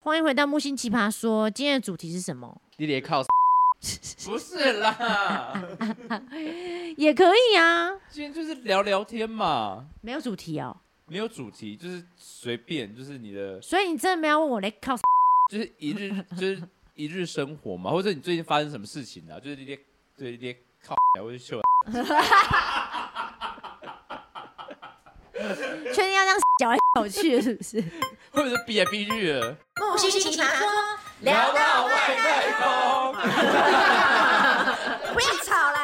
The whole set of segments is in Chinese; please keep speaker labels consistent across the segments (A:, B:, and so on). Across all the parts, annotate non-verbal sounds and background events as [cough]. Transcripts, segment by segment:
A: 欢迎回到木星奇葩说，今天的主题是什么？ [laughs]
B: 你得靠，不是啦，
A: 也可以啊，
B: 今天就是聊聊天嘛，
A: 没有主题哦。
B: 没有主题，就是随便，就是你的，
A: 所以你真的没有问我嘞？靠，
B: 就是一日， [laughs] 就是一日生活嘛，或者你最近发生什么事情啊？就是你得，对，你得靠，或者秀，
A: [laughs] 确定要这样小来小去是不是？
B: 或者是逼来逼去的，
A: 木星奇葩说，
B: 聊到外 [laughs] 太空。
A: 不要吵啦。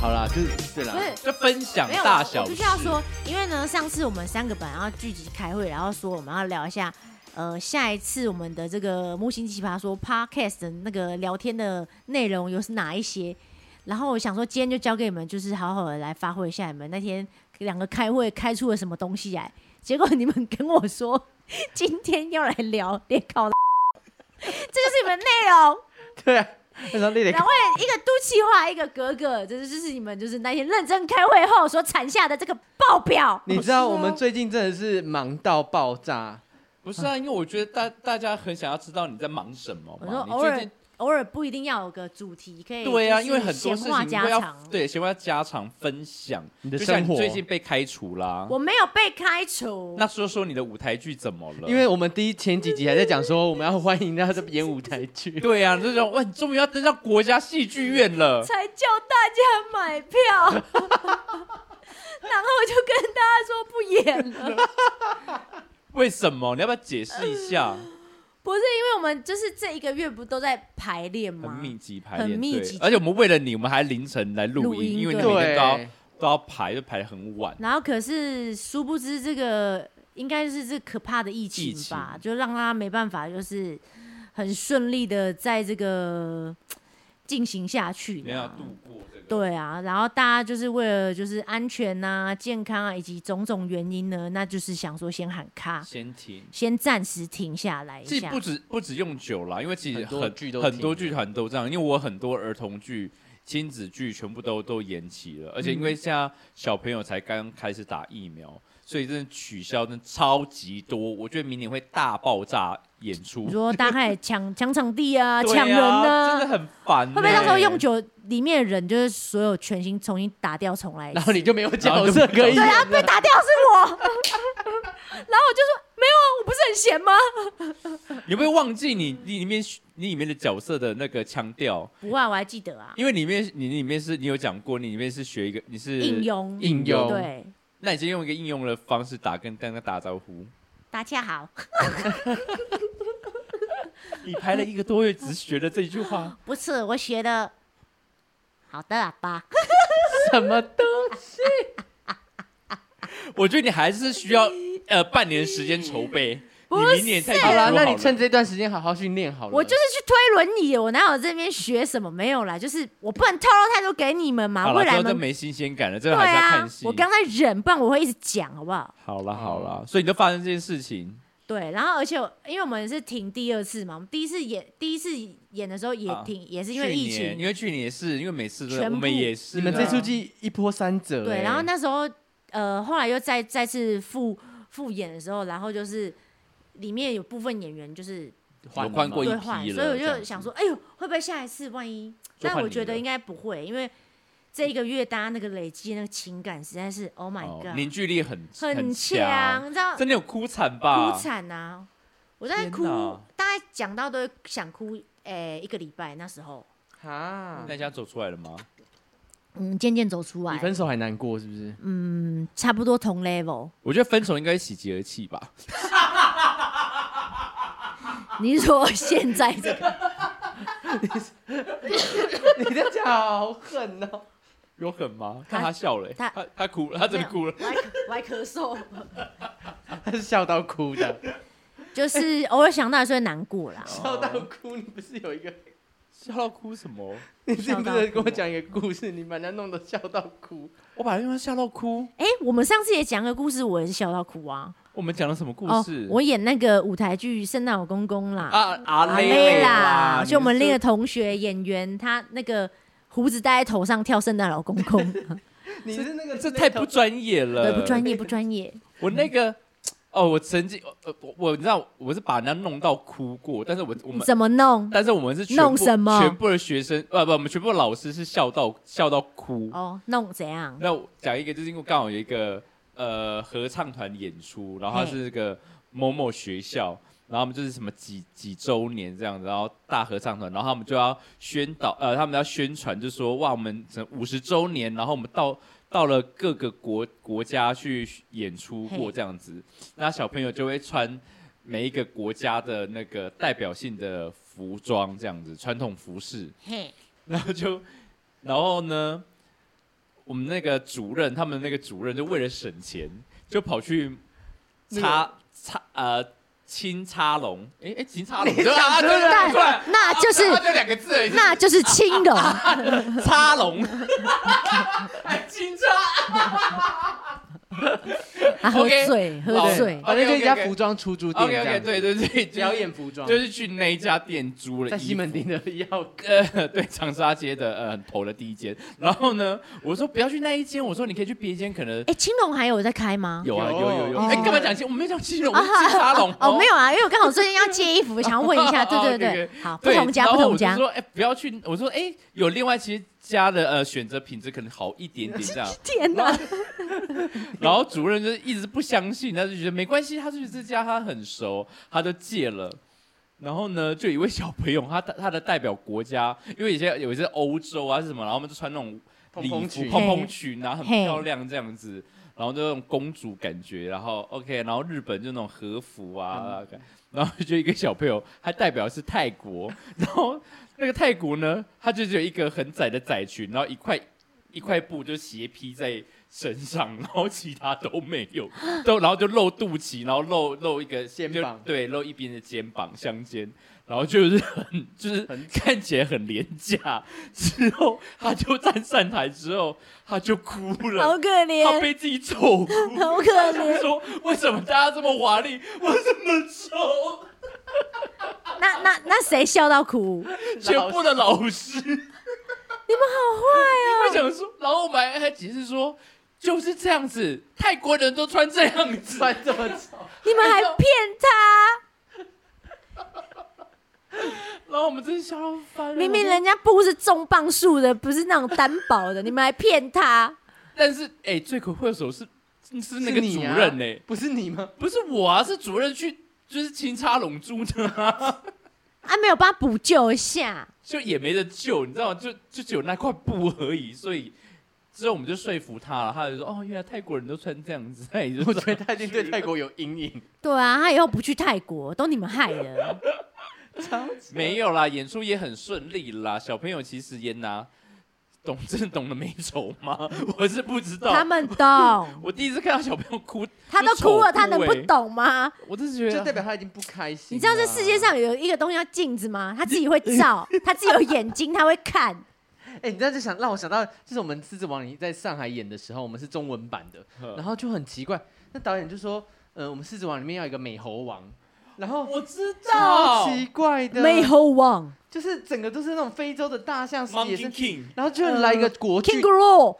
B: 好啦，就是对啦
A: 不是，
B: 就分享
A: 没有，
B: 大小
A: 我
B: 事
A: 必须要说，因为呢，上次我们三个本来要聚集开会，然后说我们要聊一下，呃，下一次我们的这个《木星奇葩说》Podcast 的那个聊天的内容又是哪一些？然后我想说，今天就交给你们，就是好好的来发挥一下你们那天两个开会开出了什么东西来。结果你们跟我说，今天要来聊联考的， [laughs] 这就是你们内容。
C: [laughs] 对啊，那时候你得
A: 两位一个都气话，一个格格，这就是你们就是那天认真开会后所产下的这个报表。
C: 你
B: 哦啊
C: 知道我们最近真的是忙到爆炸，
B: 不是啊，因为我觉得大大家很想要知道你在忙什么
A: 我说
B: 嘛。你
A: 偶
B: 最
A: 尔
B: 近
A: 偶尔不一定要有个主题，可以
B: 对啊，
A: 哎就是
B: 因为很多
A: 闲
B: 事
A: 话
B: 情
A: 家
B: 会要
A: 常。
B: 对啊闲话家常分享。
C: 你的
B: 就像
C: 生
B: 你
C: 活
B: 最近被开除啦，
A: 我没有被开除，
B: 那说说你的舞台剧怎么了？
C: 因为我们第一前几集还在讲说我们要欢迎大家演舞台剧，
B: 对啊，这种哇，你终于要登上国家戏剧院
A: [laughs]
B: 了。
A: 才叫大家买
B: [laughs]
A: 票，然后我就跟大家说不演了。
B: 为什么？你要不要解释一下？
A: 不是因为我们就是这一个月不都在排练
B: 很
A: 吗？
B: 密集排练，
A: 呃很密
B: 对
A: 集
B: 而且我们为了你，我们还凌晨来录
A: 录音
B: 音，因为你
A: 对
B: 每天都要
C: [laughs] 对，
B: 都要排，就排得很晚。
A: 然后可是殊不知这个应该是这可怕的疫情吧，
B: 疫情
A: 就让他没办法，就是很顺利的在这个呃进行下去
B: 没有
A: 啦。
B: 度过这个。
A: 对啊，然后大家就是为了就是安全啊、健康啊以及种种原因呢，那就是想说先喊卡，
B: 先停。
A: 先暂时停下来一
B: 其实
A: 下
B: 不。止不止用酒啦，因为其实
C: 很多
B: 很
C: 剧都
B: 很多
C: 停
B: 剧
C: 了
B: 团都这样，因为我很多儿童剧、亲子剧全部都都延期
A: 嗯
B: 了，而且因为现在小朋友才刚开始打疫苗，所以真的取消真的超级多，我觉得明年会大爆炸演出
A: 你。说大家开始抢抢场地啊、
B: [laughs] 对
A: 抢人
B: 啊，
A: 啊，
B: 真的
A: 会
B: 很烦呢。
A: 不会到时候用酒里面的人就是所有全新重新打掉重来一次？
C: 然后你就没有
B: 然后
C: 角
B: 就
C: 色可以
A: 对啊，
C: 演，
A: 被打掉是 [laughs] 我。然后我就说没有啊，我不是很闲吗？
B: 你会忘记你你里面你里面的角色的那个腔调，
A: 不啊，我还记得啊，
B: 因为里面你里面是你有讲过，你里面是学一个你是
A: 应，用
C: 应用
A: 对，
B: 那你先用一个应用的方式打跟大家打招呼。
A: 大家好，
B: 你排了一个多月，只学了这一句话，
A: 不是我学的，好的喇叭，
C: 什么都
B: 我觉得你还是需要呃半年时间筹备。
A: 不
B: 你
A: 是
B: 明年再
C: 好啦，
B: 了，
C: 那你趁这段时间好好训练好了。
A: 我就是去推轮椅，我哪有这边学什么？没有啦，就是我不能透露太多给你们嘛，
B: 好
A: 未
B: 了，之
A: 来
B: 后
A: 你
B: 这
A: 们
B: 没新鲜感了，这
A: 对
B: 个还是要
A: 啊
B: 看，戏。
A: 我刚才忍，不然我会一直讲，好不好？
B: 好了好了，所以你就发生这件事情，
A: 对，然后而且我因为我们是停第二次嘛，我们第一次演第一次演的时候也
B: 啊
A: 停，也是因为疫
B: 去年
A: 情
B: 因，为去年也是，因为每次都
A: 全部
B: 我们也是啊，
C: 你们这出剧一波三折，
A: 对，
C: 哎
A: 然后那时候呃，后来又再再次复复演的时候，然后就是里面有部分演员就是
B: 有
C: 换
B: 换
C: 了
B: 过一
A: 对
B: 批
A: 换，
B: 了，
A: 所以我
B: 这样
A: 就想说，哎呦，会不会下一次万一？
B: 就
A: 但
B: 换
A: 我
B: 你
A: 觉得
B: 了
A: 应该不会，因为这一个月大家那个累积那个情感实在是，Oh my
B: 哦
A: god，、
B: 凝聚力很
A: 很
B: 强，
A: 强，你知道
B: 真的有哭惨吧？
A: 哭惨呐、我在
B: 天
A: 哭
B: 哪，
A: 大概讲到都会想哭，哎、一个礼拜那时候，
C: 哈
B: 那，你现在走出来了吗？
A: 嗯，渐渐走出
C: 比
A: 来，
C: 分手还难过是不是？
A: 嗯，差不多同 level。
B: 我觉得分手应该喜极而泣吧。
A: 你是说 [laughs] 现在这 [laughs] 个？
C: [laughs] 你这讲好狠哦，
B: 有很吗？
A: 他
B: 看他笑了、欸，
A: 他
B: 他他哭了，他真的哭了。
A: 我还咳我还咳嗽。
C: 他是 [laughs] 笑到哭的，
A: 就是偶尔想到还是会难过
B: [laughs]
A: 啦。
C: 笑到哭。你不是有一个，
B: 笑到哭什么？
C: [laughs] 你是
A: 笑
C: 不
A: 到
C: 是
A: 哭
C: 跟我讲一个故事，你把人家弄得笑到哭？
B: 我把他笑到哭。
A: 哎、我们上次也讲个故事，我也是笑到哭啊。哦
B: 我们讲了什么故事？
A: 我演那个舞台剧《圣诞老公公》啦，
B: 啊阿
A: 累
B: 雷
A: 啦，就我们另一
B: 那 [laughs]
A: 个同学演员，他那个胡子戴在头上跳《圣诞老公公》，
C: 你是那个
B: 这太不专业了，
A: 对，不专业，不专
B: [laughs]
A: 业。
B: 我那个，哦，我曾经，呃，我我你知道，我是把人家弄到哭过，但是我我
A: 你
B: 们，
A: 怎么弄？
B: 但是我们是全
A: 弄
B: 部
A: 什么
B: 全部的学生，呃，不，我们全部的老师是笑到笑到哭。
A: 哦，弄怎样？
B: 那我讲一个，就是因为刚好有一个呃合唱团演出，然后它是这个某某学校。然后他们就是什么几几周年这样子，然后大合唱团，然后他们就要宣导，呃，他们要宣传，就说哇，我们五十周年，然后我们到到了各个国国家去演出过
A: 嘿
B: 这样子，那小朋友就会穿每一个国家的那个代表性的服装这样子，传统服饰，
A: 嘿，
B: 然后就， [laughs] 然后呢，我们那个主任，他们那个主任就为了省钱，就跑去
C: 那
B: 擦擦呃清擦龙，哎哎，清擦龙，
C: 你
B: 啊，
C: 讲
B: 对对
A: 但
B: 对，出来，
A: 那就是
B: 啊就两个字而已，
A: 那就是青
B: [laughs]
A: 龙，啊
B: 擦
C: [laughs]
B: 龙，还清擦，
A: 啊，喝
B: OK，
A: 醉，喝
B: 老
A: 醉
B: 对。
C: 反正就是一家
B: OK，OK，OK
C: 服装出租店
B: OK
C: 这
B: OK，
C: 样子
B: 对对对，
C: 表
B: 表演
C: 演服装，
B: 就是去那一家店租了
C: 在
B: 衣
C: 西门
B: 服
C: 町的药
B: 呃，对，长沙街的呃很头的第一间，然后呢，我说不要去那一间，我说你可以去别间，可能
A: 哎，青龙还有在开吗？
B: 有啊，有
C: 有
B: 有有。
A: 哦
B: 哎，干嘛讲清？我没有讲清龙，我是金沙龙。
A: 哦，没有啊，因为我刚好最近要借衣
B: [laughs]
A: 服，想要问一下，对
B: 哦
A: 对
B: 对
A: 对，好，不
B: 对。
A: 同家，
B: 然
A: 不
B: 后
A: 同
B: 我就
A: 家，
B: 说，哎，不要去。我说，哎，有另外其实家的呃选择品质可能好一点
A: [laughs]
B: 点这样。
A: 天哪，
B: 然后主任就是一直不相信，他就觉得没关系，他就是这家他很熟，他就借了。然后呢，就有一位小朋友，他他的代表国家，因为有些有一些欧洲啊是什么，然后他们就穿那种
C: 蓬
B: 礼服
C: 蓬 [laughs] 裙
B: 蓬蓬裙啊，很
A: 嘿
B: 漂亮这样子，然后就那种公主感觉，然后 OK，然后日本就那种和服
C: 嗯
B: 啊，然后就一个小朋友，他代表是泰国， [laughs] 然后那个泰国呢，他就只有一个很窄的窄裙，然后一块一块布就斜披在身上，然后其他都没有，
C: [gasps]
B: 都然后就露肚脐，然后露露一个
C: 肩
B: 就
C: 膀
B: 对，露一边的肩膀相间，然后就是很就是
C: 很
B: [laughs] 看起来很廉
C: [laughs]
B: 价。之后他就站上台之后，他就哭
A: [laughs] 好
B: 了，
A: 可
B: 他
A: 怜，
B: 被自己丑哭。
A: 好可
B: 他
A: [laughs] 怜。
B: 说：“为什么大家这么华丽，我这么丑？
A: 那那那谁笑到哭？
B: 全部的老师。”
A: 嗯你们好
B: 我想说，然后我们还还解释说，就是这样子，泰国人都穿这样子。
C: 穿这么
A: 坏
C: 丑，
A: 哦！你们还骗他，
B: 然后我们真的笑到翻了。
A: 明明人家布是重磅数的，不是那种单薄 [laughs] 的，你们还骗他。
B: 但是哎、最可会手是是那个
C: 是
B: 主
C: 你啊
B: 任呢、
C: 不是你吗？
B: 不是我啊，是主任去就是清插龙珠的啊，
A: 啊，没有帮他补救一下，
B: 就也没得救，你知道吗？就就只有那块布而已，所以。之后我们就说服他了，他就说：“哦，原来泰国人都穿这样子。”他也就
C: 我觉得他一定对泰国有阴影，
A: 对啊，他以后不去泰国，都你们害的。
B: [laughs]
A: [laughs]
B: [laughs] 没有啦，演出也很顺利啦。小朋友其实也拿懂真的懂得美丑吗？ [laughs] 我是不知道。
A: 他们懂，
B: 我第一次看到小朋友哭，
A: 他都哭了，
B: 就丑
A: 他能不
B: 欸？
A: 懂吗？
B: 我真是觉
C: 啊就代
B: 得，
C: 表他已经不开心。
A: 你知道这世界，上有一个东西叫镜子吗？他自己会 [laughs] 照，他自己有眼睛，他会看。
C: 哎，你知道这想让我想到，就是我们《狮子王》里在上海演的时候，我们是中文版的，
B: 呃
C: 然后就很奇怪，那导演就说，呃，我们《狮子王》里面要有一个美猴王，然后
B: 我知
C: 超
B: 道。
C: 奇怪的，
A: 美猴王
C: 就是整个都是那种非洲的大象是野
B: Monkey
C: 生，
B: King，
C: 然后居然来一个
A: 嗯
C: 国剧，
A: ，Kangaroo。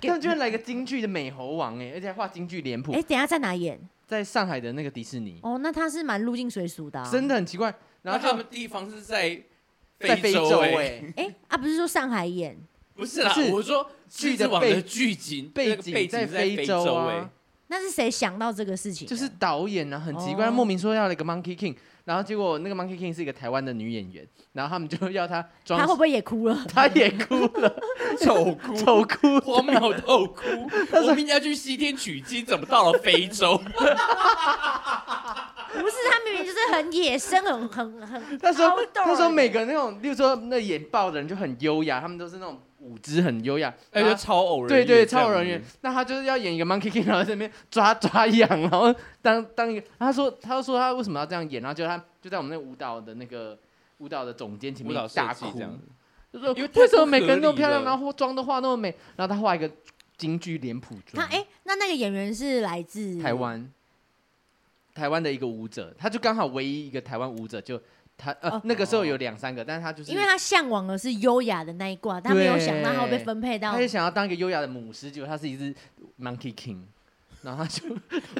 C: 他们居然来一个京剧的美猴王哎，而且还画京剧脸谱
A: 哎，，等一下在哪演？
C: 在上海的那个迪士尼，
A: 哦，那他是蛮入境随俗的啊。
C: 真的很奇怪。
B: 然
C: 然后
B: 后他
C: 就
B: 们地方是在
C: 在非洲
B: 哎、
C: 哎，
A: 哎啊，不是说上海演，
B: 不是啦，
C: 不是
B: 我说
C: 剧
B: 狮
C: 的
B: 子王
C: 背
B: 的剧情
C: 背
B: 那个
C: 景
B: 背景
C: 在
B: 是
C: 非
B: 非
C: 洲啊
B: 哎、
A: 那是谁想到这个事情的？
C: 就是导演啊，很奇怪，
A: 哦
C: 莫名说要了一个 Monkey King，然后结果那个 Monkey King 是一个台湾的女演员，然后他们就要她装，
A: 他会不会也哭了？ [laughs]
C: 她也哭了，
B: 丑哭
C: 丑哭，
B: 荒谬到哭。我们应该去西天取经，怎么到了非洲？
A: 不是，他明明就是很野生，很 [laughs] 很很。
C: 他说
A: 好懂
C: 他说每个那种，例如说那演爆的人就很优雅，他们都是那种舞姿很优雅，
B: 哎，
C: 然
B: 就
C: 后
B: 超偶然，
C: 对对，超人员。那他就是要演一个 monkey king，然后在那边抓抓痒，然后当当一个，他说他说他为什么要这样演，然后就他就在我们那舞蹈的那个舞蹈的总监前
B: 舞
C: 面
B: 蹈设
C: 大
B: 计
C: 哭
B: 这，样子，
C: 就说
B: 因为太
C: 为什么
B: 不
C: 每
B: 合
C: 个人都
B: 理
C: 漂亮，
B: 了
C: 然后妆都画那么美，然后他画一个京剧脸谱
A: 他
C: 妆，
A: 哎、那那个演员是来自
C: 台湾台湾的一个舞者，他就刚好唯一一个台湾舞者就他呃、
A: 哦
C: 那个时候有两三个，但是他就是
A: 因为他向往的是优雅的那一挂，他没有想到他会被分配到
C: 他。也想要当一个优雅的母狮，结果他是一只 monkey king，然后他就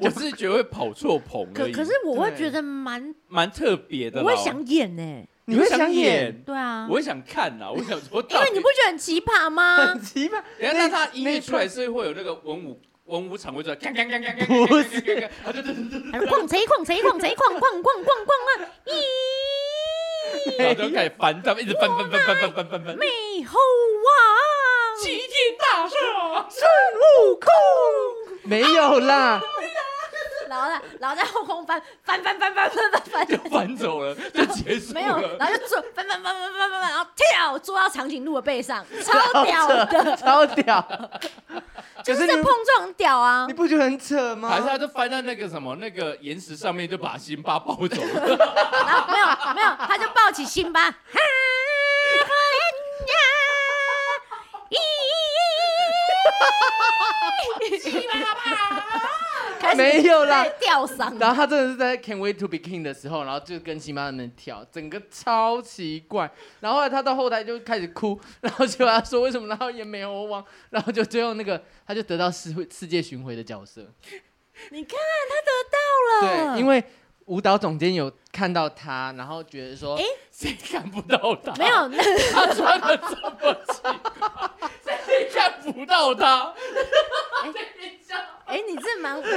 B: 我是觉得会跑错棚而
A: 可
B: 已，
A: 可是我会
C: 对
A: 觉得蛮，
B: 蛮特别的
A: 我
B: 啦。
A: 会想演呢、
B: 你会想
C: 演，
B: 演，
A: 对啊，
B: 我会想看呐，我想说
A: 因
B: 到底，
A: 为你不觉得很奇葩吗
C: [laughs] 很？奇葩。
B: 等一下，那他音
C: 那
B: 乐
C: 一
B: 出来是会有那个文武文武场会出来，干干干干干干干干干干，他就
A: 还是哎逛贼逛贼逛贼逛逛逛逛逛啊！咦，
B: 然后就开始翻，他们一直翻翻翻翻翻翻
A: [laughs]
B: 翻翻，
A: 美猴王
B: 齐天大圣，
A: 孙悟空，
C: 没有啦，
A: 然后呢，然后在后空翻翻翻翻翻翻翻
B: 就
A: 翻，
B: 翻走了，就结束
A: 没有，
B: 了。
A: 然后就坐翻翻翻翻翻翻翻，然后跳坐到长颈鹿的背上，超屌的，
C: 超屌！
A: 就是
C: 可
A: 在
C: 你
A: 碰撞很屌啊
C: 你！不觉得很扯吗？
B: 还是他就翻到那个什么那个岩石上面，就把辛巴抱走
C: [laughs]
B: 了。
A: 然后没有没有，他就抱起辛巴，哈哈呀，咦，辛巴开始
C: 没有啦
A: 在吊嗓，
C: 然后他真的是在《Can Wait to Be King》的时候，然后就跟辛巴他们跳，整个超奇怪。然后后来他到后台就开始哭，然后就他说为什么然后也没有王，然后就最后那个他就得到世世界巡回的角
A: 嗯
C: 色。
A: 你看他得到了，
C: 对，因为舞蹈总监有看到他，然后觉得说，
A: 诶
B: 谁看不到他？
A: 没，有那
B: 他穿的这么奇怪，谁看不到他？
A: 哎，你这蛮对，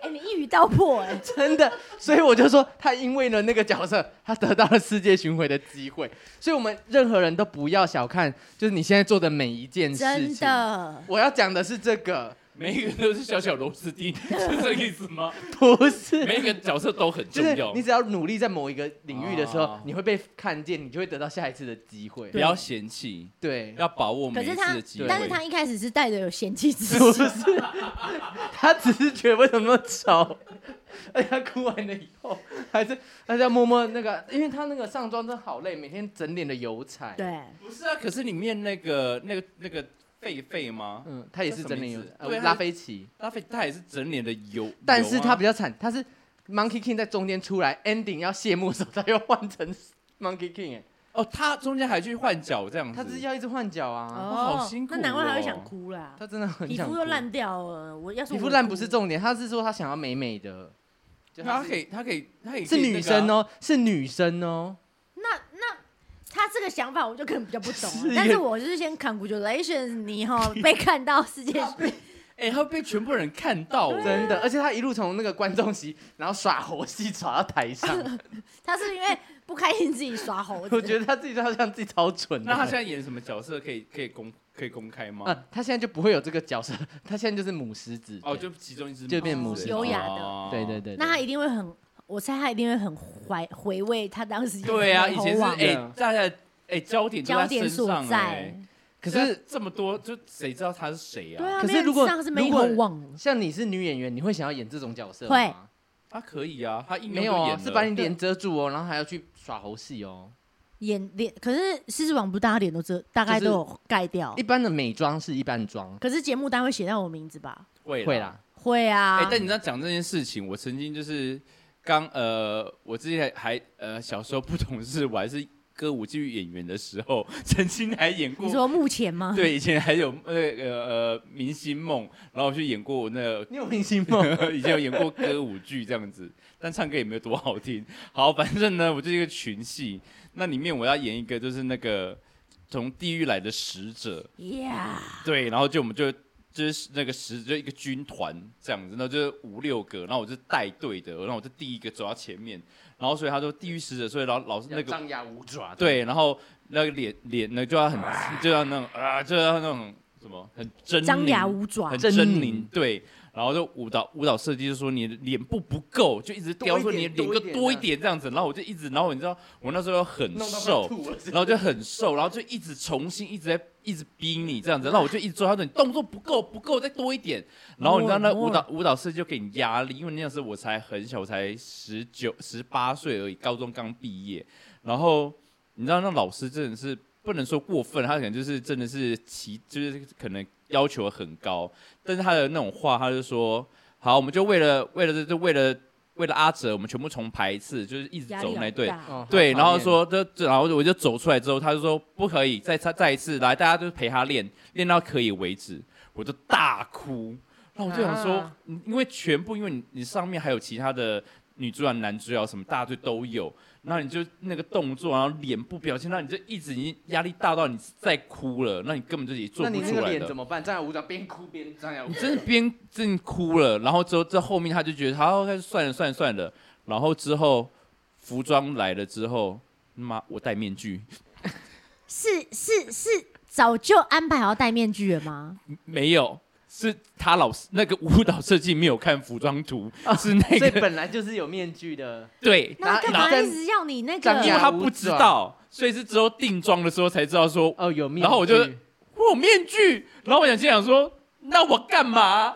A: 哎，你一语道破哎。
C: 真的，所以我就说他因为呢那个角色，他得到了世界巡回的机会。所以我们任何人都不要小看，就是你现在做的每一件事情。
A: 真，的，
C: 我要讲的是这个，
B: 每一个都是小小螺丝钉，是这个意思
C: [laughs]
B: 吗？
C: 不是
B: 每一个角色都很
C: 就
B: 重
C: 是
B: 要
C: 你。只要努力在某一个领域的时候，
B: 哦
C: 你会被看见，你就会得到下一次的机会
B: 不。要嫌弃，
C: 对，
B: 要把握每
A: 可
B: 一
A: 是
B: 次
A: 他
B: 的机会。，
A: 但是他一开始是带着有嫌弃之
C: 不
A: 心，
C: [laughs] 是，他只是觉得为什么那么丑， [laughs] 而且他哭完了以后，还是还是要摸摸那个，因为他那个上妆真的好累，每天整脸的油彩。，
A: 对，
B: 不是啊，可是里面那个那个那个狒狒吗？
C: 嗯，他也是整脸油彩
B: 这什么意思，
C: 呃
B: 对他
C: 拉菲奇，
B: 拉菲他也是整脸的油，啊
C: 但是他比
B: 较
C: 较惨，他是 Monkey King 在中间出来，ending 要谢幕的时候，他又换成 Monkey King，哎、
B: 哦，他中间还去换脚这样子，
C: 他是要一直换脚啊，
B: 好辛苦
A: 那难怪他会
B: 哦
A: 想哭啦，
C: 他真的很
A: 哦皮
C: 想
A: 肤都
C: 哭
A: 烂掉了。我要是
C: 皮肤
A: 我
C: 烂
A: 哭
C: 不是重点，他是说他想要美美的，就
B: 他
C: 是
B: 可以他可以他可以
C: 是女生
B: 哦，
C: 哦，是女生哦，
A: 那那他这个想法我就可能比较不懂啊、
C: 是
A: 但
C: 一
A: 是
C: 个
A: 我就是先 congratulations 你哈被看到世
C: [laughs]
A: 界
B: 哎，他会被全部人看到
A: 啊
B: 哎，
C: 真的，而且他一路从那个观众席，然后耍猴戏耍到
A: [laughs]
C: 台上，
A: 他是因为不开心自己耍猴子，
C: 我觉得他自己就好像自己超蠢的。
B: 那他现在演什么角色可以可以公可以公开吗？
C: [laughs] 啊，他现在就不会有这个角色，他现在就是母狮子。
B: 哦，就其中一只
C: 就变
A: 母
B: 狮
A: 狮优雅的
B: 哦
C: 对对对，
A: 那他
C: 对
A: 一定会很，我猜他一定会很怀回味他当时
B: 对
A: [laughs]
B: 啊，以前是哎
C: 对啊
B: 大家哎焦点都
A: 焦
B: 在
A: 点
B: 身
A: 所
B: 上
A: 在
B: 哎，，
C: 可
B: 现在
C: 是
B: 这么多，就谁知道他是谁
A: 对啊，
C: 可
A: 没
C: 是
A: 人
C: 如果
A: 知道他是没
C: 如果
A: 有忘了，
C: 像你是女演员，你会想要演这种角色吗？
A: 会
B: 他可以啊，他一
C: 没
B: 没
C: 有啊，是把你
A: 对
C: 脸遮住哦，然后还要去耍猴戏哦。
A: 眼脸，可是狮子王不大家脸都遮，大概
C: 就
A: 都
C: 是
A: 有盖掉
C: 一，般的美妆是一般妆，
A: 可是节目单会写到我名字吧？
B: 会
C: 会
B: 啦
C: 啦。，
A: 会啊，
B: 哎、但你知道讲这件事情，我曾经就是刚呃，我之前还呃小时候不懂事，我还是歌舞剧演员的时候，曾经还演
A: 你
B: 过。
A: 说目前吗？
B: [laughs] 对，以前还有呃呃呃明星梦，然后我去演过我那个
C: 你有明星梦？
B: [laughs] 以前有演过歌舞剧这样子，但唱歌也没有多好听。好，反正呢，我就是一个群戏，那里面我要演一个就是那个从地狱来的使者，
A: ，Yeah，
B: 对，然后就我们就就是那个十就一个军团这样子，那就是五六个，然后我是带队的，然后我就第一个走到前面，然后所以他说地狱使者，所以老老师那个
C: 张牙舞爪的，
B: 对，然后那个脸脸呢就要很就要那种啊就要那种什么很狰狞
A: 张牙舞爪
B: 很，
C: 狰
B: 狰
C: 狞
B: 狞对。然后就舞蹈舞蹈设计就说你的脸部不够，就一直雕说
C: 多一
B: 你
C: 点
B: 的脸
C: 多
B: 就
C: 一点
B: 多一
C: 啊
B: 点这样子。然后我就一直，然后你知道我那时候很
C: 弄到
B: 瘦
C: 快，吐了，
B: 然后就很瘦，然后就一直重新一直在一直逼你这样子，那我就一直说他说你动作不够不够，再多一点。然后你知道那
A: More，more
B: 舞蹈舞蹈师就给你压力，因为那时候我才很小，我才十九十八岁而已，高中刚毕业。然后你知道那老师真的是不能说过分，他可能就是真的是其就是可能要求很高，但是他的那种话他就说好，我们就为了为了这就为了。为了阿哲，我们全部重排一次，就是一直
A: 压
B: 走
A: 力
B: 那
A: 好
B: 队。
A: 大。
C: 哦
B: 对，
C: 好
B: 然后
C: 讨厌
B: 说这，这然后我就走出来之后，他就说不可以，再再再一次来，大家就陪他练，练到可以为止，我就大哭。然后我就想说，
C: 啊
B: 嗯因为全部，因为你你上面还有其他的女主角、男主角什么大队都有，然后你就那个动作，然后脸部表情，那你就一直已经压力大到你在哭了，那你根本就也做
C: 那
B: 不
C: 你那
B: 出
C: 个
B: 来
C: 脸怎
B: 的。
C: 么办？张牙舞爪，边哭边张牙舞
B: 你 [laughs]
C: 爪。
B: 真的边真的哭了，然后之后这后面他就觉得他开始算了算了算了，然后之后服装来了之后，妈我戴面具，
A: 是是是，早就安排好戴面具了吗？
B: 没有，是他老师那个舞蹈设计没有看服装图，
A: 哦
B: 是那
C: 所以
B: 个
C: 本来就是有面具的，
B: 对，
A: 那他干
C: 然后
A: 嘛一直要你那
C: 张
B: 因为
A: 个？
C: 牙
B: 他不知道，所以是之后定妆的时候才知道说
C: 哦，有面具。
B: 然后我就我有面具，然后我想心想说，那我干嘛？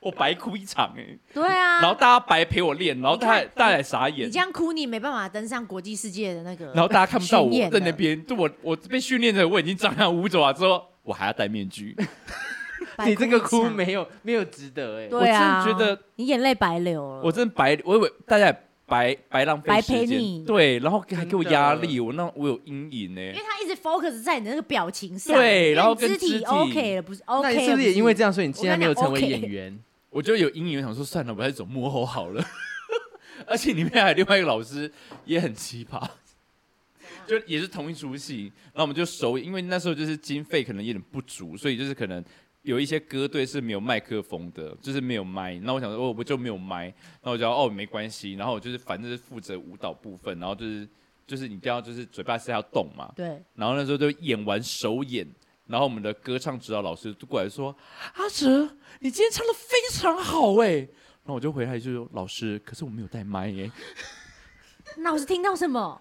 B: [laughs] 我白哭一场哎、欸
A: 对啊，
B: 然后大家白陪我练，然后大家大家也傻眼
A: 你这，样哭，你没办法登上国际世界的那个。
B: [laughs] 然后大家看不到我
A: 训练
B: 在
A: 的
B: 那边，就我我被训练的我已经张牙舞爪之后，我还要戴面具，
A: [laughs] 白
C: 你这个
A: 一场
C: 哭没有没有值得哎。
A: 对啊，
B: 我真的觉得
A: 你眼泪白流了。
B: 我真的白，我以为大家也白白浪费
A: 白
B: 时
A: 陪
B: 间
A: 你
B: 对，然后还给我
C: 真的
B: 压力，我那我有阴影欸呢、
A: 因为他一直 focus 在你的那个表情上，
B: 对
A: 因为你
B: 然后跟
A: 肢
B: 肢
A: 体
B: 体
A: OK 了，不是 OK？
C: 那你是不是也因为这样，所以你现在没有成为
A: 我跟你讲
C: 演员？
B: 我就有阴影，我想说算了，我还是走幕后好了。 [laughs] 而且里面还有另外一个老师也很奇葩，就也是同一出戏，然后我们就熟，因为那时候就是经费可能有点不足，所以就是可能有一些歌队是没有麦克风的，就是没有麦。那我想说，哦，我就没有麦，那我就哦没关系，然后我就是反正就是负责舞蹈部分，然后就是就是你一定要就是嘴巴是要动嘛，
A: 对？
B: 然后那时候就演完首演，然后我们的歌唱指导老师就过来说：“阿哲，你今天唱的非常好哎、然后我就回来就说：“老师，可是我没有带麦耶、 [laughs]
A: 老师听到什么？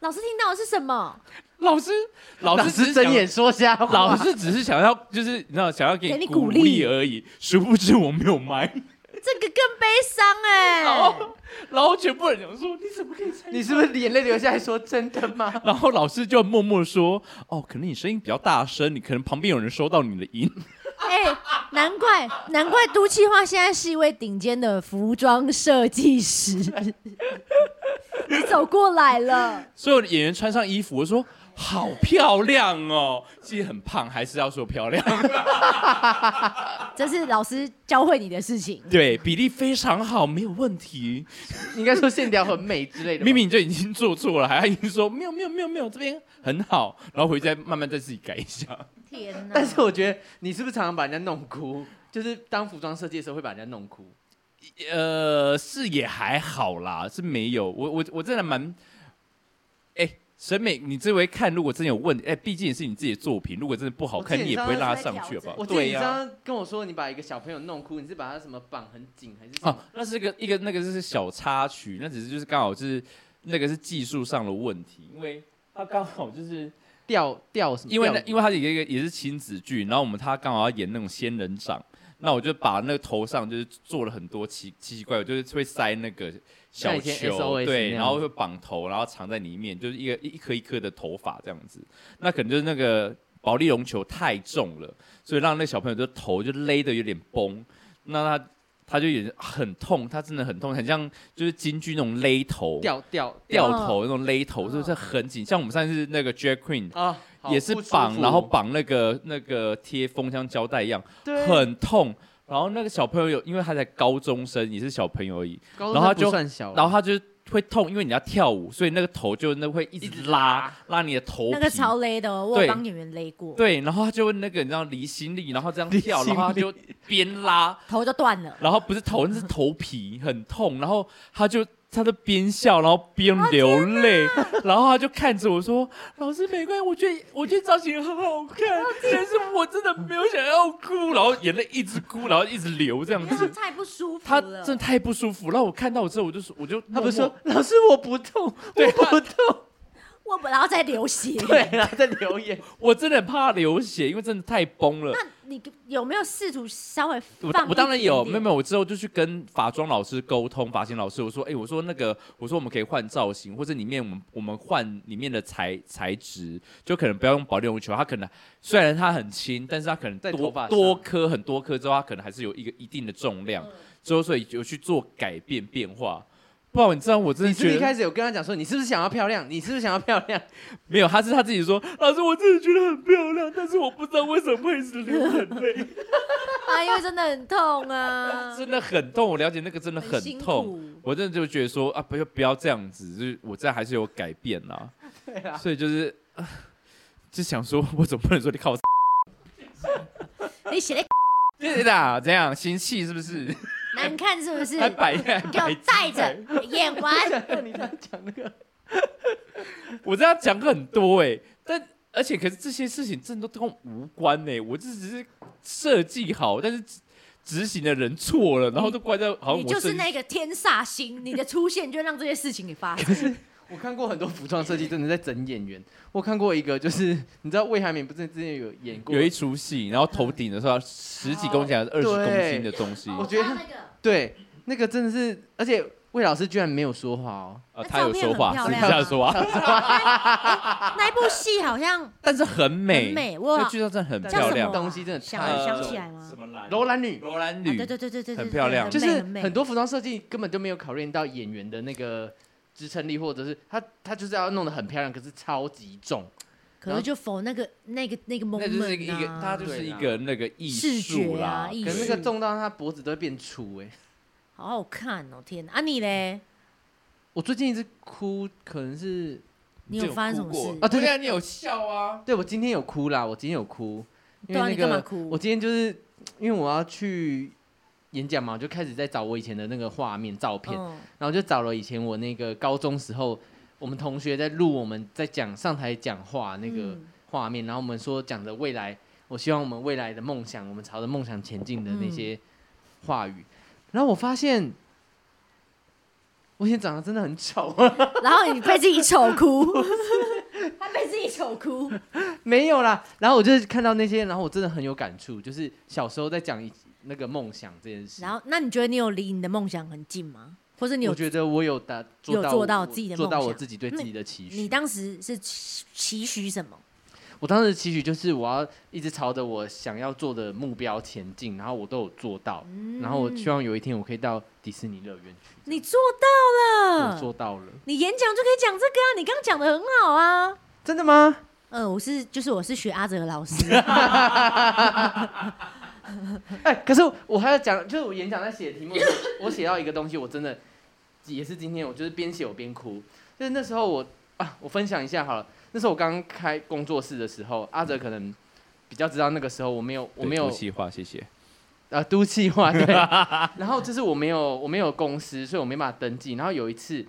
A: 老师听到的是什么？
B: 老师， [laughs] 老师只是
C: 睁
B: 想
C: 眼说瞎话。
B: 老师只是想要，就是你知道，想要给
A: 给你
B: 鼓
A: 鼓励
B: 而已。殊不知我没有麦， [laughs]
A: 这个更悲伤哎、
B: 然后，然后全部人讲说：“你怎么可以参加 [laughs]
C: 你是不是眼泪流下来说真的吗？
B: 然后老师就默默地说：“哦，可能你声音比较大声，你可能旁边有人收到你的音。”
A: 哎、难怪难怪都气化现在是一位顶尖的服装设计
B: [laughs]
A: 师，你走过来了，
B: 所有的演员穿上衣服，我说好漂亮哦，其实很胖，还是要说漂亮， [laughs]
A: 这是老师教会你的事情。
B: 对，比例非常好，没有问题。
C: 你应该说线条很美之类的吧。
B: 明明就已经做错了，还硬说没有没有没有没有，这边很好，然后回去再慢慢再自己改一下。
A: 天哪！
C: 但是我觉得你是不是常常把人家弄哭？就是当服装设计的时候会把人家弄哭。
B: [laughs] 呃，是也还好啦，是没有，我我我真的蛮，哎、审美，你这回看，如果真有问，哎、毕竟也是你自己的作品，如果真的不好看，
C: 我自
B: 你
C: 己
B: 也不会让它上
A: 上
B: 去，好不好？
C: 我记得
B: 对
C: 你刚
B: 呀、
C: 刚跟我说你把一个小朋友弄哭，你是把他什么绑很紧还是什
B: 哦
C: 么？，
B: 那是一个一个那个是小插曲，那只是就是刚好是那个是技术上的问题，因为他刚好就是
C: 吊吊什么？
B: 因为
C: 吊
B: 那因为他有一个也是亲子剧，然后我们他刚好要演那种仙人掌，那我就把那个头上就是做了很多奇奇奇怪，我就是会塞那个小
C: 像以前
B: 球，
C: SOS
B: 对，
C: 那
B: 然
C: 样
B: 后会绑头，然后藏在里面，就是一个一一颗一颗的头发这样子，那可能就是那个保利龙球太重了，所以让那小朋友的头就勒得有点崩，那他。他就有点很痛，他真的很痛，很像就是京剧那种勒头、
C: 吊吊
B: 掉
C: 哦
B: 头那种勒头，就是很紧。像我们上次那个 Jack Queen，
C: 啊，好
B: 也是
C: 不舒
B: 绑，
C: 服
B: 然后绑那个那个贴封箱胶带一样，
C: 对
B: 很痛。然后那个小朋友有，因为他才高中生，也是小朋友而已，
C: 高中
B: 然后他
C: 生不
B: 就
C: 算小，
B: 然后他就会痛，因为你要跳舞，所以那个头就那会一
C: 一
B: 直
C: 直
B: 拉拉你的头皮，
A: 那个超勒的哦，我
B: 对
A: 有帮演员勒过，
B: 对，然后他就会那个你知道离心力，然后这样跳，
C: 离
B: 然
C: 心力
B: 后他就边拉，
A: 头就断了。
B: 然后不是头，那是头皮很痛，然后他就他就边笑，然后边流泪，然后他就看着我说：“老师没关系，我觉得我觉得造型很好看，但是我真的没有想要哭，然后眼泪一直哭，然后一直流这样
A: 那
B: 子。”
A: 太不舒服
B: 他
A: 了。
B: 真的太不舒服，然后我看到我之后，我就说，我就
C: 他不是
B: 默
C: [laughs] 说
B: 默
C: 老师我不痛，我不痛，
A: 我本然后再流血。
C: 对，然后再留言，
B: 我真的很怕流血，因为真的太崩了。
A: 那你有没有试图稍微
B: 我
A: 放？
B: 我当然有，没有没有，我之后就去跟法妆老师沟通，发型老师，我说，哎、我说那个，我说我们可以换造型，或者里面我们我们换里面的材材质，就可能不要用保利龙球，它可能虽然它很轻，但是它可能
C: 在
B: 多
C: 头发上
B: 多颗很多颗之后，它可能还是有一个一定的重
A: 嗯
B: 量，之后所以有去做改变变化。不然你知道我真
C: [laughs] 你
B: 的
C: 是
B: 觉
C: 不是一
B: 得
C: 开始有跟他讲说，你是不是想要漂亮？你是不是想要漂 [laughs] 亮？
B: 没有，他是他自己说，老师我真的觉得很漂亮，但是我不知道为什么会一直流眼
A: [laughs]
B: 泪，
A: 啊，因为真的很痛
B: [laughs]
A: 啊，
B: 真的很痛，我了解那个真的很
A: 辛
B: 痛。
A: 苦。
B: 我真的就觉得说啊，不要不要这样子，就是我这样还是有改变啦。
C: 对啊，
B: 所以就是、 [sighs] 啊就想说，我 [laughs] 总不能说你靠
A: 你写
B: [laughs]
A: 的
B: 对啦，这样心气是不是？
A: 难看是不是？
B: 还摆还
A: 给我
B: 摆
A: 带着眼环，
C: 你刚才讲那个，
B: 我这样讲很多哎、但而且可是这些事情真的都跟我无关哎、我这只是设计好，但是执执行的人错了，然后都怪在 [laughs] 好像
A: 你
B: 我
A: 就是
B: 身
A: 那个天煞星，你的出现就让这些事情给发
B: [laughs]
A: 生。
C: 我看过很多服装设计真的在整演员。我看过一个，就是你知道魏海敏不是之前有演过？
B: 有一出戏，然后头顶的时候十几公斤还是二十公斤的东西
C: 我觉得
A: 那
B: 啊
A: 个
C: 对，那个真的是，而且魏老师居然没有说话哦。
B: 啊，
A: 那
B: 他
A: 照
B: 有
A: 片
B: 说
A: 很
B: 话，
A: 漂
B: 私底
A: 亮
B: 下
A: 啊
B: 说话，啊
A: 那一部戏好像
B: 但是很美，
A: 很美哇
B: 那剧照真的很
C: 但
A: 叫
B: 漂
A: 什么
B: 亮呃
A: 啊？。
C: 东西真的
A: 想
C: 太
A: 想
C: 重
A: 起来吗？
B: 么兰
C: 楼兰女
B: 罗兰
A: 啊
B: 女，
A: 对对对对对，
B: 很
A: 对
B: 漂亮
A: 很
C: 就
A: 美
C: 是
A: 很美
C: 很多服装设计根本就没有考虑到演员的那个支撑力，或者是他他就是要弄得很漂亮，可是超级重。
A: 可是就否那个那个那个 moment
B: 那就是一个一个，
A: 啊
B: 它就是一个那个艺
A: 视
B: 术
A: 觉
B: 啦
A: 啊，，艺
C: 可
A: 术
C: 是那个重到他脖子都会变粗哎、
A: 好好看哦，天哪！啊你嘞，
C: 我最近一直哭，可能是
A: 你有发生什么事
B: 啊？
C: 啊
B: 对
C: 对
B: 呀，你有笑啊？
C: 对我今天有哭啦，我今天有哭，因
A: 对
C: 为
A: 啊
C: 那
A: 你干嘛
C: 个
A: 哭
C: 我今天就是因为我要去演讲嘛，我就开始在找我以前的那个画面照片，
A: 嗯，
C: 然后就找了以前我那个高中时候，我们同学在录我们在讲上台讲话那个
A: 嗯
C: 画面，然后我们说讲的未来，我希望我们未来的梦想，我们朝着梦想前进的那
A: 嗯
C: 些话语。然后我发现，我以前长得真的很丑， [laughs]
A: 然后你被自己丑哭，他被自己丑哭，
C: 没有啦。然后我就是看到那些，然后我真的很有感触，就是小时候在讲一那个梦想这件事。
A: 然后那你觉得你有离你的梦想很近吗？或者你
C: 我
A: 有
C: 觉得我有达做到
A: 有做到
C: 我
A: 自己的
C: 做到
A: 梦
C: 我
A: 想嗯
C: 自己对自己的期许。
A: 你当时是期期许什么？
C: 我当时期许就是我要一直朝着我想要做的目标前进，然后我都有做到，然后我希望有一天我可以到迪士尼乐园去，
A: 你做到
C: 我
A: 了，
C: 做到了，
A: 你演讲就可以讲这个啊，你刚刚讲的很好啊。
C: 真的吗？
A: 呃，我是就是我是学阿哲的老师，
C: [laughs] 哎、可是我还要讲，就是我演讲在写题目的时候，我写到一个东西，我真的也是今天，我就是边写我边哭，就是那时候我啊，我分享一下好了，那时候我刚开工作室的时候，阿哲可能比较知道那个时候我没有我没有
B: 气话，谢谢。
C: 啊，都计划对。 [laughs] 然后就是我没有我没有公司，所以我没办法登记。然后有一次，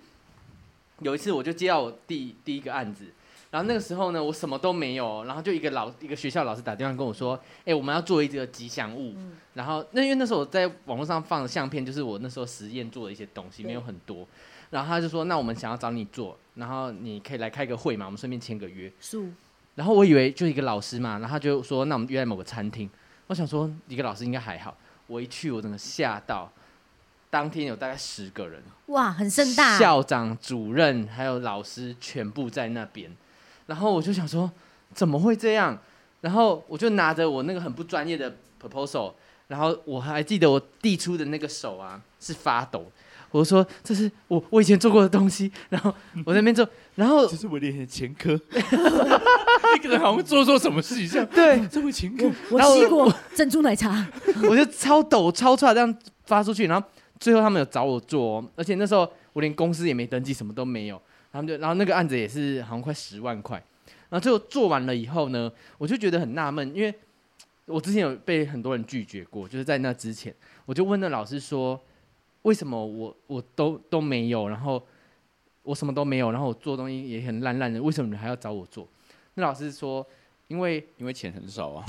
C: 有一次我就接到我第第一个案子，然后那个时候呢，我什么都没有，然后就一个老一个学校老师打电话跟我说，哎、我们要做一个吉祥物。然后那因为那时候我在网络上放的相片，就是我那时候实验做的一些东西，没有很多。然后他就说，那我们想要找你做，然后你可以来开个会嘛，我们顺便签个约。
A: 树
C: 然后我以为就一个老师嘛，然后他就说那我们约在某个餐厅。我想说一个老师应该还好，我一去我整个吓到，当天有大概十个人，
A: 哇，很盛大，啊
C: 校长、主任还有老师全部在那边，然后我就想说怎么会这样？然后我就拿着我那个很不专业的 proposal，然后我还记得我递出的那个手啊是发抖，我说这是我我以前做过的东西，然后我在那边做，然后
B: 这是我的前科， [laughs] 你可能好像做错什么事情，像
C: 对，
B: [laughs] 这位前科，
A: 我
C: 然后
A: 吸过珍珠奶茶，
C: [laughs] 我就超抖超出来这样发出去，然后最后他们有找我做、哦，而且那时候我连公司也没登记，什么都没有，然后他们就，然后那个案子也是好像快十万块，然后最后做完了以后呢，我就觉得很纳闷，因为我之前有被很多人拒绝过，就是在那之前，我就问那老师说，为什么我我都都没有，然后我什么都没有，然后我做东西也很烂烂的，为什么你还要找我做？那老师说，因为
B: 因为钱很少啊。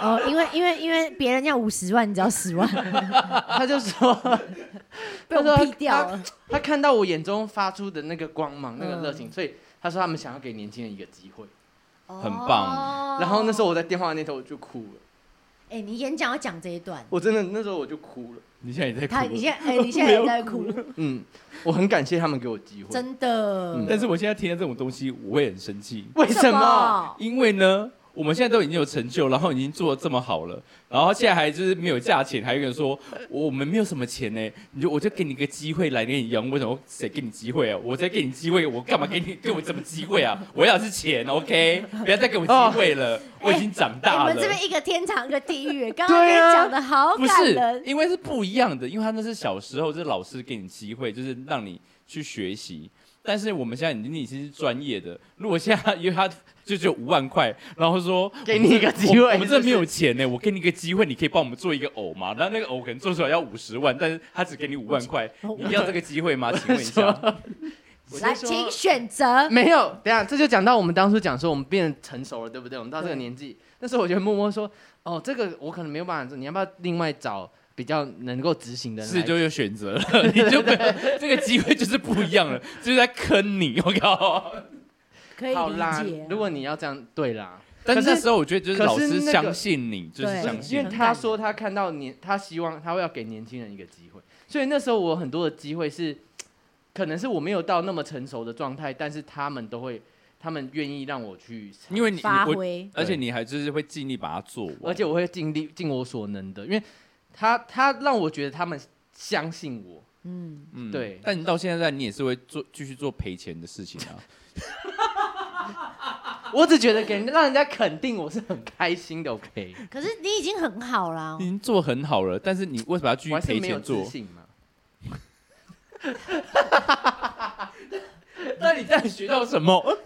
A: 哦，因为因为因为别人要五十万，你只要十
C: [laughs]
A: 万，
C: 他就说，
A: [laughs] 被我
C: 他说
A: 们 P 掉了。嗯
C: 他看到我眼中发出的那个光芒、那个热情，所以他说他们想要给年轻人一个机会。
B: 很棒
A: 哦
C: 然后那时候我在电话那头我就哭了，
A: 哎、你演讲要讲这一段，
C: 我真的那时候我就哭了。
B: 你现在也在
A: 他
B: 哭
A: 你，现在哎、你现在也在哭，
C: 嗯，我很感谢他们给我机会。
A: 真的。
C: 嗯
B: 但是我现在听到这种东西，我会很生气，
C: 为什么？？
B: 因为呢，我们现在都已经有成就，然后已经做的这么好了，然后现在还就是没有价钱，还有人说我们没有什么钱呢，你就我就给你个机会来练羊，为什么谁给你机会啊？我再给你机会，我干嘛给
A: [laughs]
B: 你给我什么机会啊？我要的是钱，OK，不要再给我机会了，我已经长
A: [laughs] 哎
B: 大
A: 你
B: 了。
A: 们这边一个天堂一个地
C: [laughs]
A: 狱，刚刚跟
C: 对
A: 你
C: 啊
A: 讲的好
B: 不
A: 感
B: 是
A: 人，，
B: 因为是不一样的，因为他那是小时候，就是老师给你机会，就是让你去学习。但是我们现在你你已经是专业的，如果现在因为他就只有五万块，然后说
C: 给你一个机会
B: 我我们这
C: 是不是
B: 没有钱呢，我给你一个机会，你可以帮我们做一个偶吗？然后那个偶可能做出来要五十万，但是他只给你五万块，你要这个机会
C: [laughs]
B: 吗？请问一下，
C: 我就
A: 来，
C: 说
A: 请选择。
B: 嗯
C: 没有，等一下这就讲到我们当初讲说我们变成熟了，对不对？我们到这个年
A: 嗯
C: 纪，那时候我就默默说，哦，这个我可能没有办法做，你要不要另外找比较能够执行的人来？
B: 是就有选择了， [laughs] 你就没有这个机会就是不一样了，就是在坑你，我靠！
A: 可以
C: 好
A: 理
C: 啦
A: 解。，啊
C: 如果你要这样，对啦。
B: 但
C: 可
B: 是
C: 是
B: 那时候我觉得就是
C: 可
B: 老
C: 是
B: 师
C: 那个
B: 相信你，就是
A: 对
B: 相
C: 因
B: 信
C: 为
B: 你。
C: 他说他看到年，他希望他会要给年轻人一个机会，所以那时候我很多的机会是，可能是我没有到那么成熟的状态，但是他们都会，他们愿意让我去尝试，
B: 因为你
A: 发
B: 我，
A: 挥，
B: 而且你还就是会尽力把它做完，
C: 而且我会尽力尽我所能的，因为他他让我觉得他们相信我，
A: 嗯，
B: 嗯
C: 对
B: 但你到现在你也是会做继续做赔钱的事情啊，
C: 我只觉得给人让人家肯定我是很开心的，OK，
B: [laughs]
A: 可是你已经很好啦
B: 你已。经做很好了，但是你为什么要继
C: 我
B: 续
C: 还是
B: 赔
C: 没有
B: 钱
C: 自
B: 做？
C: 信嘛。
B: 那你在学到什么？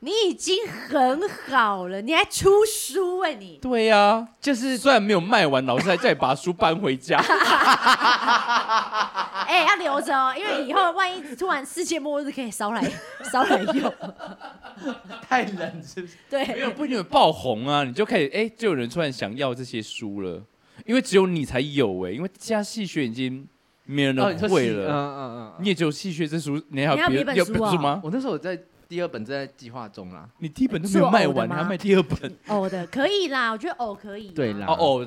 A: 你已经很好了，你还出书哎、
B: [laughs]
A: 你
B: 对呀、就是虽然没有卖完，老师还叫你把书搬回家，
A: 哎、要留着哦，因为以后万一突然世界末日可以烧来 [laughs] 烧来
B: [laughs]
A: 用。
C: 太冷是不是？
B: 没
A: [laughs] 对，
B: 有不一定有爆红啊，你就开始哎、就有人突然想要这些书了，因为只有你才有哎、因为现在戏学已经没人
C: 哦，你说
B: 会
C: 是嗯
B: 了，
C: 嗯嗯嗯。
B: 你也只有戏学这书，你还
A: 你还有
B: 别
A: 别本
B: 有
A: 书
B: 本
A: 啊
B: 书吗？
C: 我那时候我在第二本正在计划中啦，
B: 你第一本都
A: 是
B: 没有
A: 我
B: 卖
A: 偶的
B: 完，你
A: 吗
B: 还卖第二本？
A: 偶的可以啦，我觉得偶可以。啊
C: 对啦
B: 哦哦哦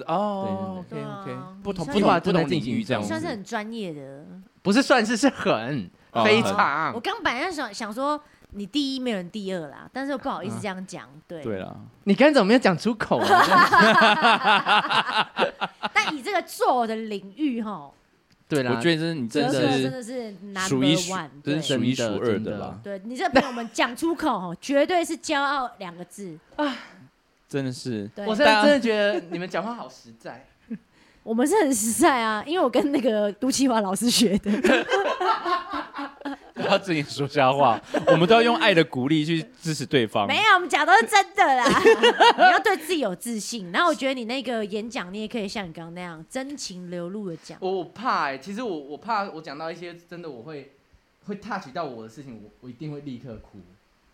A: 对对
B: ，OK
A: 对
B: OK，
A: 啊
B: 不同
A: 你
B: 不同
C: 算是
B: 不同领域这样
A: 你
B: 子，
A: 算是很专业的。啊
C: 不是算是是很
B: 哦
C: 非
B: 很
A: 我
C: 常。
A: 刚本来想想说你第一没有人第二啦，但是我不好意思这样讲。对，
B: 嗯对啦，
C: 你刚才怎么没有讲出口
B: [laughs]
C: 啊？
B: 啊
A: 但以这个做的领域哈，
C: 对啦，
B: 我觉得是你真
A: 哲
B: 的
A: 学真
B: 是
A: 的是
B: 数
A: number
B: 一数
A: one，，
B: 啊真
A: 对
B: 是数一数
C: 真的
B: 二
C: 真
B: 的
C: 的
B: 啦，
A: 对你这被我们讲出口
B: [laughs]
A: 哦，绝对是骄傲两个字。
B: 真的是。
A: 对，
C: 我
B: 是
C: 现在真的觉得你们讲话好实在。
A: 我们是很实在啊，因为我跟那个杜启华老师学的。
B: [laughs] 不要自己说
A: [laughs]
B: 瞎话，我们都要用爱的鼓励去支持对方。
A: 没有，我们讲都是真的
B: [laughs]
A: 啦。 [laughs] 你要对自己有自信，然后我觉得你那个演讲，你也可以像你刚刚那样真情流露的讲。
C: 我我怕哎、其实我我怕我讲到一些真的我会会 touch 到我的事情，我我一定会立刻哭，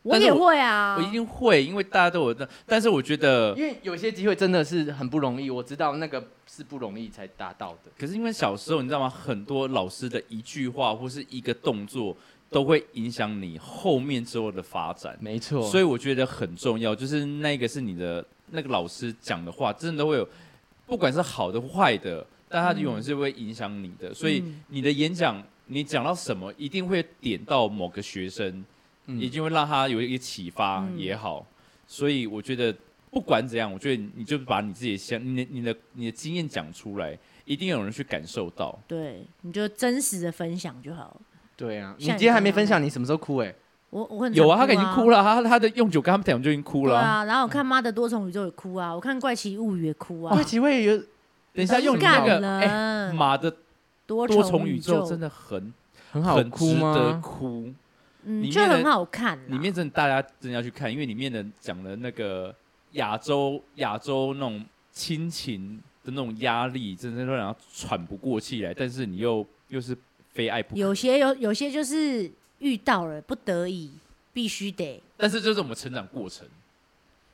A: 我也会啊
B: 我，一定会，因为大家都有的。但是我觉得，
C: 因为有些机会真的是很不容易，我知道那个是不容易才达到的。
B: 可是因为小时候，你知道吗？很多老师的一句话或是一个动作，都会影响你后面之后的发展。
C: 没错
B: 所
C: 以
B: 以我觉得很重要，就是那个是你的那个老师讲的话，真的都会有，不管是好的坏的，但他永远是会影响你
A: 嗯
B: 的。所以你的演讲，你讲到什么，一定会点到某个学生，一定会让他有一个启发
A: 嗯
B: 也好。所以我觉得不管怎样，我觉得你就把你自己的想、你的、你的、你的经验讲出来，一定有人去感受到。
A: 对，你就真实的分享就好了。
C: 对啊，你
A: 像
C: 今
A: 你
C: 天还没
A: 刚刚
C: 分享你什么时候哭哎、
A: 我我很常
B: 有啊，他已经哭
A: 了。
B: 了，他他的用酒跟他们讲就已经哭
A: 对
B: 了啊。
A: 啊，然后我看《妈的多重宇宙》也哭啊，我看《怪奇物语》也哭啊
C: 怪，奇会有
B: 等一下 [laughs] 用你那
A: 感
B: 个哎
A: 人，
B: 马的
A: 多
B: 多
A: 重
B: 重宇宙
A: 宙
B: 真的很
C: 很
B: 很值得？哭，里
A: 嗯，
B: 面
A: 就很
B: 的
A: 好看啊啦。
B: 里面真的大家真的要去看，因为里面的讲了那个亚洲亚洲那种亲情的那种压力，真的会让人喘不过气来，但是你又又是非爱不可，
A: 有些有有些就是遇到了不得已，必须得。
B: 但是这是我们成长过程，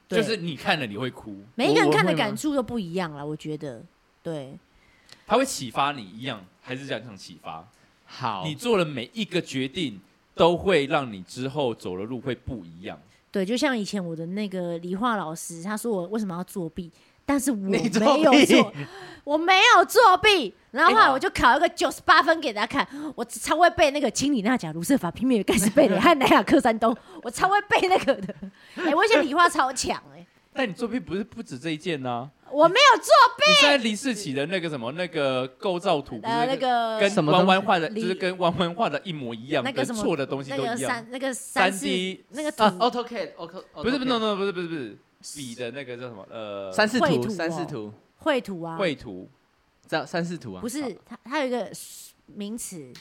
A: 对
B: 就是你看了你会哭，
A: 每一个人
C: 我我
A: 看的
C: 会吗
A: 感触都不一样啦，我觉得。对，
B: 它会启发你一样，还是想想启发
C: 好，
B: 你做了每一个决定。都会让你之后走的路会不一样。
A: 对，就像以前我的那个理化老师，他说我为什么要作弊，但是我没
C: 你
A: 有
C: 作弊
A: 作， [laughs] 我没有作弊。然后后来
C: 哎
A: 我就考一个九十八分给大家看，我超会背那个《清理纳贾卢瑟法》《皮米尔盖斯贝
C: [laughs]
A: 雷》和《南亚克山东》，我超会背那个的。哎、我以前理化超强哎、
B: 但你作弊不是不止这一件啊呐、
A: 我没有作
B: 你现在李世奇的那个什么那个构造图，不是
A: 呃那个
B: 跟
C: 什么东
B: 弯弯
C: 西
B: 画的，就
A: 李
B: 是跟弯弯画的一模一样，
A: 那个
B: 跟
A: 什么
B: 错的东西
A: 那
B: 都
A: 个
B: 一样。
A: 三那个三
B: 三
A: 四
B: D 哦
A: 那个图
C: 啊，AutoCAD，Auto
B: 不是不是 no
C: AutoCAD
B: no 不是不是不是笔的那个叫什么呃
C: 三视
A: 绘
C: 图，
A: 图
C: 三视
A: 哦
C: 图，
A: 绘图啊，
B: 绘图
C: 这样三视图啊，
A: 不是它它有一个名词，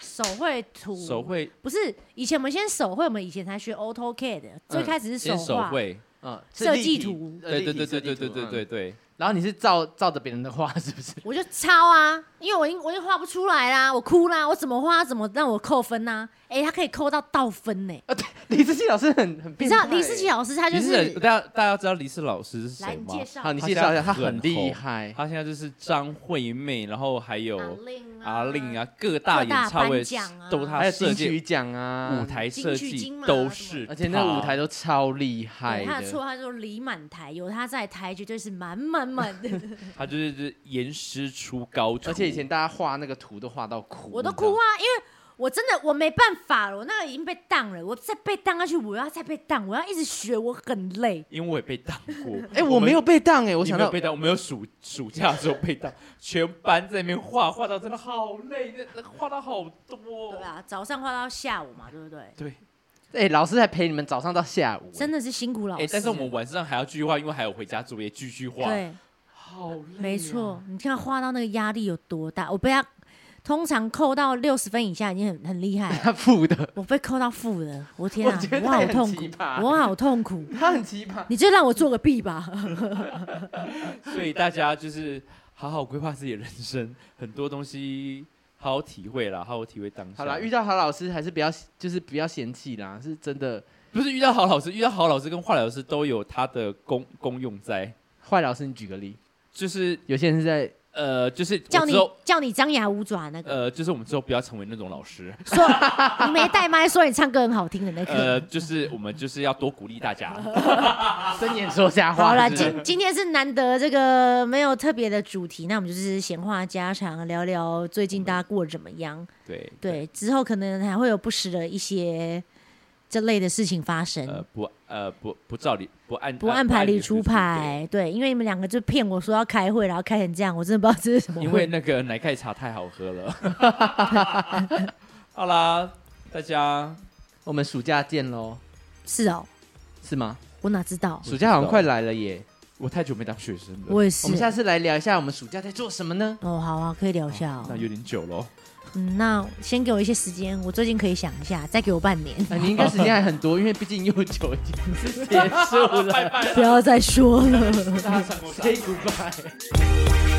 A: 手绘图，
B: 手绘
A: 不是以前我们先手绘，我们以前才学 AutoCAD，最开始是
B: 嗯先手
A: 画，
B: 绘，
C: 嗯，
A: 设
C: 是立
A: 计
C: 体
A: 图
C: 呃
B: 对
C: 立
B: 对
C: 体
B: 对对
C: 设计
B: 对
C: 图
B: 对对
C: 嗯
B: 对对，
C: 然后你是照照着别人的画是不是？ [laughs]
A: 我就抄啊，因为我已经我已经画不出来啦，我哭啦，我怎么画怎么让我扣分呐、诶，哎、他可以扣到倒分呢、
C: 啊，对，李思琪老师很很
A: 你
C: 变
A: 知道
C: 态
A: 李思琪
C: 欸，
A: 老师他就
B: 李世
A: 是
B: 奇大家大家知道李世老师是
A: 来
B: 谁
A: 你
B: 吗？
A: 介绍
C: 好，你
B: 他
C: 介
B: 现
C: 绍一
B: 在
C: 欸下，他
B: 很
C: 很厉
B: 红
C: 害，
B: 他现在就是张惠妹，然后还有
A: 阿令啊
B: 阿令啊，各大演
A: 各大
B: 唱会
A: 颁奖啊
B: 都他
C: 还有
B: 设
C: 金
B: 计
C: 曲奖啊，
B: 舞，台设
A: 金曲
B: 计
A: 金嘛
B: 都
A: 什么
B: 是他，
C: 而且那舞台都超厉害
A: 对他的绰
C: 的，
A: 号就是李满台，有他在台绝对是满满满的，
B: 他就是就是严师出高徒，
C: 而且以前大家画那个图都画到哭，
A: 我都
C: 你知道
A: 哭
C: 吗，
A: 啊，因为我真的我没办法了，我那个已经被当了，我再被当下去，我要再被当，我要一直学，我很累。
B: 因为我也被当过
C: [laughs] 哎，我没有被当哎，
B: 我们，
C: 我
B: 你
C: 想
B: 没有
C: 到
B: 被当，我没有暑暑假的时候被当， [laughs] 全班在那边画，画到真的好累，那那画到好多
A: 对，啊吧？早上画到下午嘛，对不对？
B: 对，
C: 哎，老师还陪你们早上到下午，欸
A: 真的是辛苦老师。
B: 哎，但是我们晚上还要继续画，因为还有回家作业继续画，
A: 对，
B: 好累，
C: 哦
A: 没，错，你看画到那个压力有多大？我被他通常扣到六十分以下已经很很厉害
C: [laughs]
A: 了，
C: [laughs] 他负的，
A: 我被扣到负了，我天啊
C: 我觉，得
A: 我好
C: 很
A: 痛
C: 奇
A: 苦，
C: 葩
A: 我好痛苦。
C: 他很奇葩。
A: 你就让我做个弊吧。
B: 所以大家就是好好规划自己的人生，很多东西好好体会啦，好好体会当下。
C: 好啦，遇到好老师还是不要，就是不要嫌弃啦，是真的。
B: 不是遇到好老师，遇到好老师跟坏老师都有他的功功用在，
C: 坏老师，你举个例，
B: 就是
C: 有些人是在
B: 呃，就是我
A: 叫你
B: 之后
A: 叫你张牙舞爪
B: [laughs]
A: 那个，
B: 呃，就是我们之后不要成为那种老师，
A: 说你没带麦，说你唱歌很好听的那个。
B: 呃，就是我们就是要多鼓励大家。
C: 睁眼说瞎话。
A: 啊好啦，
C: 是不是
A: 今今天是难得这个没有特别的主题，那我们就是闲话家常，聊聊最近大家过得怎么样。
B: 对，
A: 对，之后可能还会有不时的一些这类的事情发生，
B: 呃，不呃不不照理不按
A: 不按牌理出。
B: 呃
A: 牌。对，因为你们两个就骗我说要开会，然后开成这样，我真的不知道这是什么
B: 不
A: 会。
B: 因为那个奶盖茶太好喝了。 [laughs] 好啦，大家
C: 我们暑假见喽，
A: 是哦，
C: 是吗？
A: 我哪知道？
C: 暑假好像快来了耶，
B: 我太久没当学生了，
A: 我也
C: 我
A: 是
C: 们。下次来聊一下我们暑假在做什么呢？
A: 哦，好啊，可以聊一下、哦。
B: 那有点久了。
A: 嗯，那先给我一些时间，我最近可以想一下，再给我半年，
C: 啊、你应该时间还很多，因为毕竟又久已经是结束
B: [laughs]
C: 了。
B: 拜拜，
A: 不要再说了。
B: 大家上过
C: Say goodbye。